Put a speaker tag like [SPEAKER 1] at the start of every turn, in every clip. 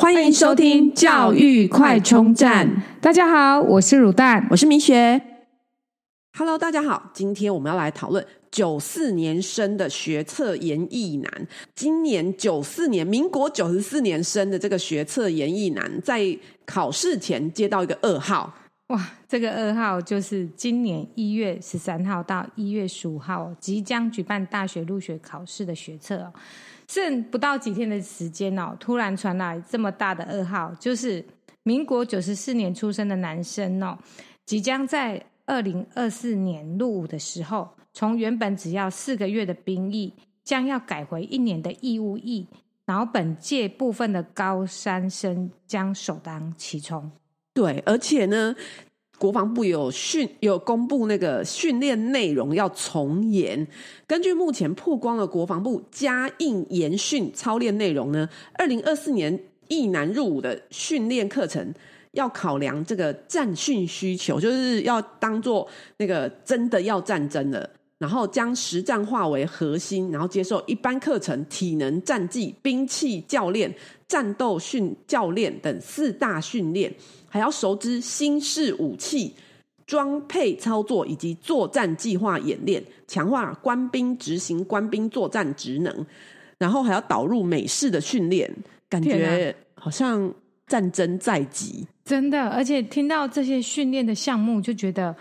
[SPEAKER 1] 欢迎收听教育快充站，
[SPEAKER 2] 大家好，我是乳蛋。
[SPEAKER 1] 我是明学。Hello，大家好，今天我们要来讨论九四年生的学测研议难。今年九四年，民国九十四年生的这个学测研议难，在考试前接到一个噩耗，
[SPEAKER 2] 哇，这个二号就是今年一月十三号到一月十五号哦即将举办大学入学考试的学测哦，剩不到几天的时间哦，突然传来这么大的噩耗，就是民国九十四年出生的男生哦，即将在二零二四年入伍的时候，从原本只要四个月的兵役，将要改回一年的义务役，然后本届部分的高三生将首当其冲。
[SPEAKER 1] 对，而且呢，国防部有训有公布那个训练内容要从严。根据目前曝光的国防部加印研训操练内容呢，二零二四年役男入伍的训练课程。要考量这个战训需求，就是要当做那个真的要战争了，然后将实战化为核心，然后接受一般课程、体能、战技、兵器教练、战斗训教练等四大训练，还要熟知新式武器、装配操作以及作战计划演练，强化官兵执行官兵作战职能，然后还要导入美式的训练，感
[SPEAKER 2] 天
[SPEAKER 1] 觉好像战争在即。
[SPEAKER 2] 真的，而且听到这些训练的项目，就觉得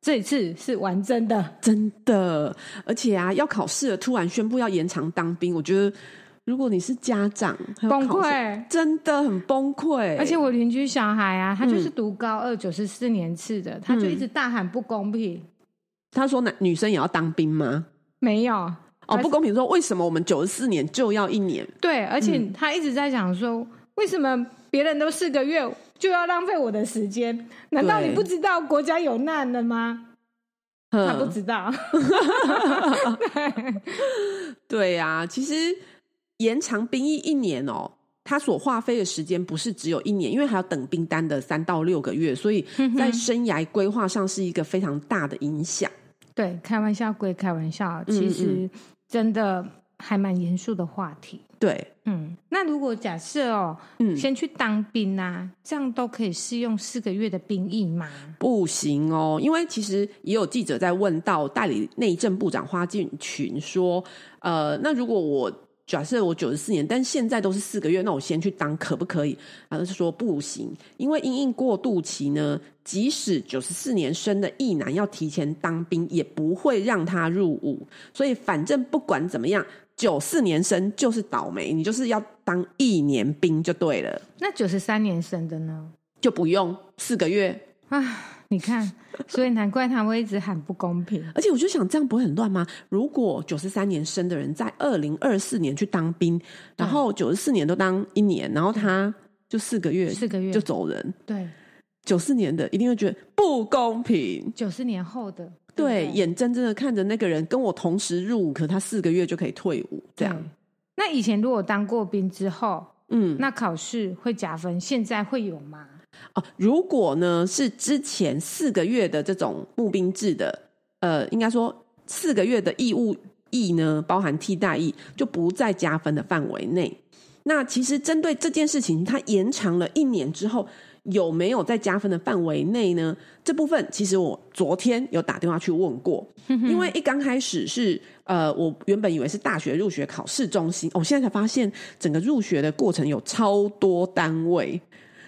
[SPEAKER 2] 这一次是玩真的。
[SPEAKER 1] 真的，而且啊，要考试了，突然宣布要延长当兵，我觉得如果你是家长，还有
[SPEAKER 2] 崩
[SPEAKER 1] 考试
[SPEAKER 2] 溃
[SPEAKER 1] 真的很崩溃。
[SPEAKER 2] 而且我邻居小孩啊，他就是
[SPEAKER 1] 嗯
[SPEAKER 2] 读高二九十四年次的，他就一直大喊不公平，
[SPEAKER 1] 他说男女生也要当兵吗？
[SPEAKER 2] 没有
[SPEAKER 1] 哦，
[SPEAKER 2] 还是
[SPEAKER 1] 不公平！说为什么我们九十四年就要一年？
[SPEAKER 2] 对，而且他一直在讲说，为什么别人都四个月就要浪费我的时间？难道
[SPEAKER 1] 对
[SPEAKER 2] 你不知道国家有难了吗？他不
[SPEAKER 1] 嗯，
[SPEAKER 2] 知道，对
[SPEAKER 1] 对呀、啊，其实延长兵役一年哦，他所花费的时间不是只有一年，因为还要等兵单的三到六个月，所以
[SPEAKER 2] 嗯
[SPEAKER 1] 在生涯规划上是一个非常大的影响。
[SPEAKER 2] 对，开玩笑归开玩笑，
[SPEAKER 1] 嗯
[SPEAKER 2] 其
[SPEAKER 1] 嗯
[SPEAKER 2] 实真的还蛮严肃的话题。
[SPEAKER 1] 对，
[SPEAKER 2] 嗯，那如果假设哦，
[SPEAKER 1] 嗯，
[SPEAKER 2] 先去当兵啊，这样都可以适用四个月的兵役吗？
[SPEAKER 1] 不行哦，因为其实也有记者在问到代理内政部长花敬群说，呃，那如果我假设我九十四年，但现在都是四个月，那我先去当可不可以？啊，他是说不行，因为因应过渡期呢，即使九十四年生的役男要提前当兵，也不会让他入伍，所以反正不管怎么样，九四年生就是倒霉，你就是要当一年兵就对了，
[SPEAKER 2] 那九十三年生的呢？
[SPEAKER 1] 就不用四个月。
[SPEAKER 2] 啊，你看，所以难怪他会一直喊不公平。
[SPEAKER 1] 而且我就想，这样不会很乱吗？如果九十三年生的人在二零二四年去当兵，然
[SPEAKER 2] 嗯
[SPEAKER 1] 后九十四年都当一年，然后他就四个月
[SPEAKER 2] 四个月
[SPEAKER 1] 就走人，
[SPEAKER 2] 对，
[SPEAKER 1] 九四年的一定会觉得不公平。
[SPEAKER 2] 九十年后的，
[SPEAKER 1] 对，
[SPEAKER 2] 不
[SPEAKER 1] 眼睁睁的看着那个人跟我同时入伍，可他四个月就可以退伍，这样
[SPEAKER 2] 对，嗯那以前如果当过兵之后，
[SPEAKER 1] 嗯，
[SPEAKER 2] 那考试会加分，现在会有吗？
[SPEAKER 1] 哦，如果呢是之前四个月的这种募兵制的，呃，应该说四个月的义务役呢，包含替代役，就不在加分的范围内。那其实针对这件事情，它延长了一年之后，有没有在加分的范围内呢？这部分其实我昨天有打电话去问过，因为一刚开始是呃，我原本以为是大学入学考试中心，我、哦现在才发现整个入学的过程有超多单位，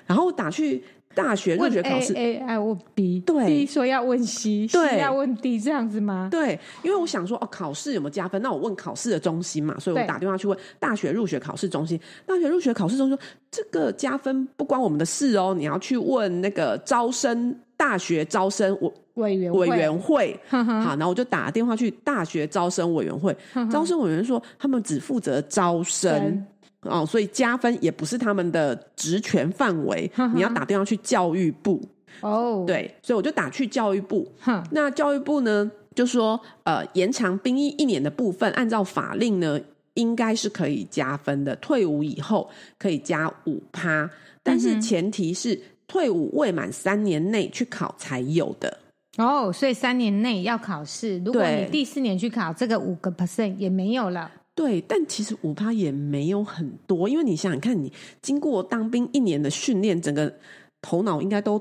[SPEAKER 1] 然后我打去大学入
[SPEAKER 2] 问
[SPEAKER 1] 学
[SPEAKER 2] A
[SPEAKER 1] 考试，
[SPEAKER 2] A I 问 B，
[SPEAKER 1] 对
[SPEAKER 2] ，B 说要问 C，
[SPEAKER 1] 对
[SPEAKER 2] C 要问 D，这样子吗？
[SPEAKER 1] 对，因为我想说，哦，考试有没有加分？那我问考试的中心嘛，所以我
[SPEAKER 2] 对
[SPEAKER 1] 打电话去问大学入学考试中心。大学入学考试中心说，这个加分不关我们的事哦，你要去问那个招生大学招生委
[SPEAKER 2] 委员
[SPEAKER 1] 委
[SPEAKER 2] 会
[SPEAKER 1] 员会。
[SPEAKER 2] 哼哼
[SPEAKER 1] 好，然后我就打电话去大学招生委员会，招生委员说他们只负责招生
[SPEAKER 2] 真
[SPEAKER 1] 哦，所以加分也不是他们的职权范围。你要打电话去教育部，
[SPEAKER 2] 哦，，
[SPEAKER 1] 对，所以我就打去教育部，
[SPEAKER 2] 哼，
[SPEAKER 1] 那教育部呢，就说呃，延长兵役一年的部分，按照法令呢，应该是可以加分的，退伍以后可以加五趴，但是前提是退伍未满三年内去考才有的。
[SPEAKER 2] 哦，所以三年内要考试，如果
[SPEAKER 1] 对
[SPEAKER 2] 你第四年去考，这个五个 percent 也没有了。
[SPEAKER 1] 对，但其实五趴也没有很多，因为你想想看，你经过当兵一年的训练，整个头脑应该都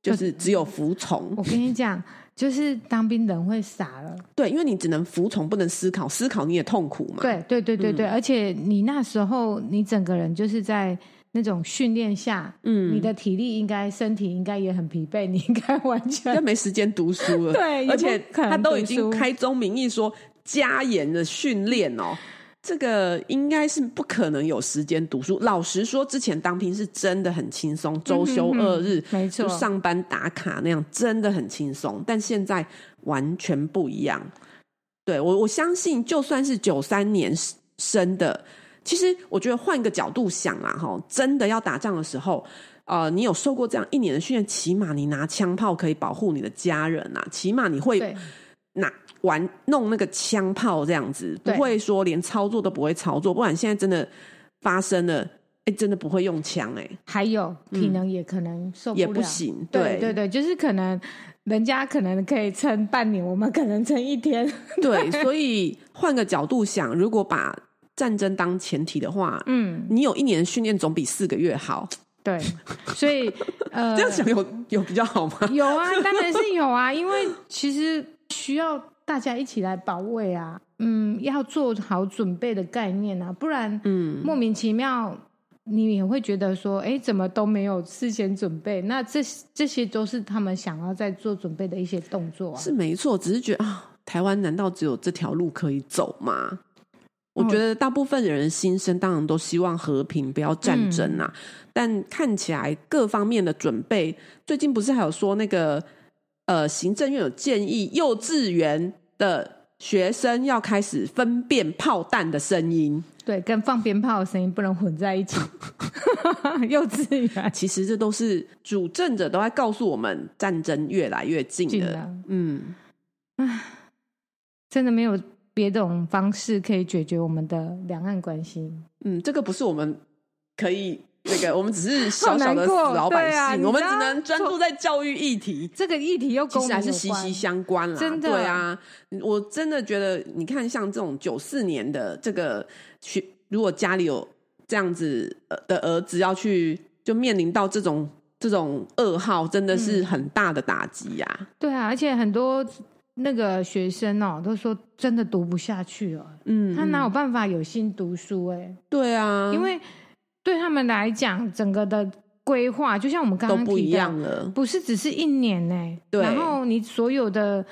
[SPEAKER 1] 就是只有服 从。
[SPEAKER 2] 我跟你讲，就是当兵人会傻 了。
[SPEAKER 1] 对，因为你只能服从，不能思考，思考你也痛苦嘛。
[SPEAKER 2] 对对对对
[SPEAKER 1] 嗯
[SPEAKER 2] 对，而且你那时候你整个人就是在那种训练下，
[SPEAKER 1] 嗯，
[SPEAKER 2] 你的体力应该、身体应该也很疲惫，你应该完 全
[SPEAKER 1] 就没时间读书了。
[SPEAKER 2] 对，
[SPEAKER 1] 而且
[SPEAKER 2] 也不可能
[SPEAKER 1] 他都
[SPEAKER 2] 读
[SPEAKER 1] 已经
[SPEAKER 2] 书
[SPEAKER 1] 开宗明义说加严的训练哦，这个应该是不可能有时间读书。老实说，之前当兵是真的很轻
[SPEAKER 2] 嗯
[SPEAKER 1] 松，周休二日，
[SPEAKER 2] 没错
[SPEAKER 1] 就，上班打卡那样，真的很轻松。但现在完全不一样。对我，我相信就算是九三年生的，其实我觉得换个角度想啦，哈，真的要打仗的时候，呃，你有受过这样一年的训练，起码你拿枪炮可以保护你的家人啊，起码你会
[SPEAKER 2] 对
[SPEAKER 1] 拿玩弄那个枪炮这样子，不
[SPEAKER 2] 对
[SPEAKER 1] 会说连操作都不会操作，不然现在真的发生了，哎，真的不会用枪、哎，
[SPEAKER 2] 还有体能也可能受
[SPEAKER 1] 也
[SPEAKER 2] 不
[SPEAKER 1] 不
[SPEAKER 2] 了。
[SPEAKER 1] 行，
[SPEAKER 2] 对对对，就是可能人家可能可以撑半年，我们可能撑一天。
[SPEAKER 1] 对，所以换个角度想，如果把战争当前提的话，
[SPEAKER 2] 嗯，
[SPEAKER 1] 你有一年的训练总比四个月好。
[SPEAKER 2] 对，所 以呃
[SPEAKER 1] 这，样想有有比较好吗？
[SPEAKER 2] 有啊，当然是有啊，因为其实需要大家一起来保卫啊，嗯，要做好准备的概念啊，不然
[SPEAKER 1] 嗯，
[SPEAKER 2] 莫名其妙。你也会觉得说，哎，怎么都没有事先准备？那这这些都是他们想要在做准备的一些动作啊。
[SPEAKER 1] 是没错，只是觉得啊，台湾难道只有这条路可以走吗？我觉得大部分人的心声当然都希望和平，不要战争啊。但看起来各方面的准备，最近不是还有说那个呃，行政院有建议，幼稚园的学生要开始分辨炮弹的声音。
[SPEAKER 2] 对，跟放鞭炮的声音不能混在 一起，幼稚园
[SPEAKER 1] 其实这都是主政者都在告诉我们，战争越来越近
[SPEAKER 2] 进
[SPEAKER 1] 了。
[SPEAKER 2] 了，
[SPEAKER 1] 嗯，
[SPEAKER 2] 真的没有别种方式可以解决我们的两岸关系。
[SPEAKER 1] 嗯，这个不是我们可以那个，我们只是小小的
[SPEAKER 2] 好难
[SPEAKER 1] 死
[SPEAKER 2] 过
[SPEAKER 1] 老百
[SPEAKER 2] 对啊
[SPEAKER 1] 姓，
[SPEAKER 2] 你
[SPEAKER 1] 我们
[SPEAKER 2] 知
[SPEAKER 1] 只
[SPEAKER 2] 道
[SPEAKER 1] 能专注在教育议题。
[SPEAKER 2] 这个议题又
[SPEAKER 1] 其
[SPEAKER 2] 跟我
[SPEAKER 1] 实
[SPEAKER 2] 们
[SPEAKER 1] 还是
[SPEAKER 2] 有
[SPEAKER 1] 息
[SPEAKER 2] 关
[SPEAKER 1] 息相关啦，
[SPEAKER 2] 真的
[SPEAKER 1] 对啊，我真的觉得，你看像这种九四年的这个学，如果家里有这样子呃的儿子要去，就面临到这种这种噩耗，真的
[SPEAKER 2] 嗯
[SPEAKER 1] 是很大的打击呀、
[SPEAKER 2] 对啊，而且很多那个学生哦，都说真的读不下去了，
[SPEAKER 1] 嗯，
[SPEAKER 2] 他哪有
[SPEAKER 1] 嗯
[SPEAKER 2] 办法有心读书、欸？
[SPEAKER 1] 对啊，
[SPEAKER 2] 哎，因为对他们来讲，整个的规划就像我们刚
[SPEAKER 1] 都
[SPEAKER 2] 刚
[SPEAKER 1] 不一
[SPEAKER 2] 提到
[SPEAKER 1] 样了。
[SPEAKER 2] 不是只是一年呢、
[SPEAKER 1] 对
[SPEAKER 2] 然后你所有的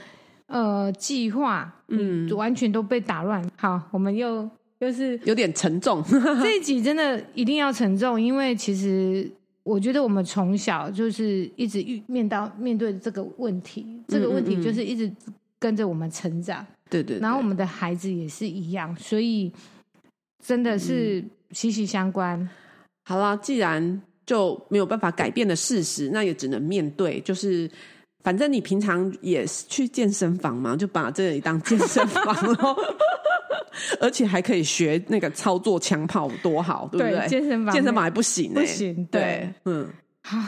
[SPEAKER 2] 呃计划，
[SPEAKER 1] 嗯
[SPEAKER 2] 嗯，完全都被打乱。好，我们又又是
[SPEAKER 1] 有点沉重，
[SPEAKER 2] 这一集真的一定要沉重，因为其实我觉得我们从小就是一直遇面到面对这个问题，这个
[SPEAKER 1] 嗯
[SPEAKER 2] 问题
[SPEAKER 1] 嗯
[SPEAKER 2] 就是一直跟着我们成长，
[SPEAKER 1] 对对对
[SPEAKER 2] 然后我们的孩子也是一样，所以真的是
[SPEAKER 1] 嗯
[SPEAKER 2] 息息相关。
[SPEAKER 1] 好啦，既然就没有办法改变的事实，那也只能面对。就是反正你平常也是去健身房嘛，就把这里当健身房喽， 而且还可以学那个操作枪炮，多好，对不对？
[SPEAKER 2] 健身房
[SPEAKER 1] 健身房还不行、欸，
[SPEAKER 2] 不行，
[SPEAKER 1] 对
[SPEAKER 2] 对，，
[SPEAKER 1] 嗯，
[SPEAKER 2] 好，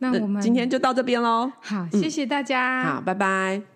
[SPEAKER 2] 那
[SPEAKER 1] 那
[SPEAKER 2] 我们
[SPEAKER 1] 今天就到嗯这边喽。
[SPEAKER 2] 好，谢谢大家，
[SPEAKER 1] 好，拜拜。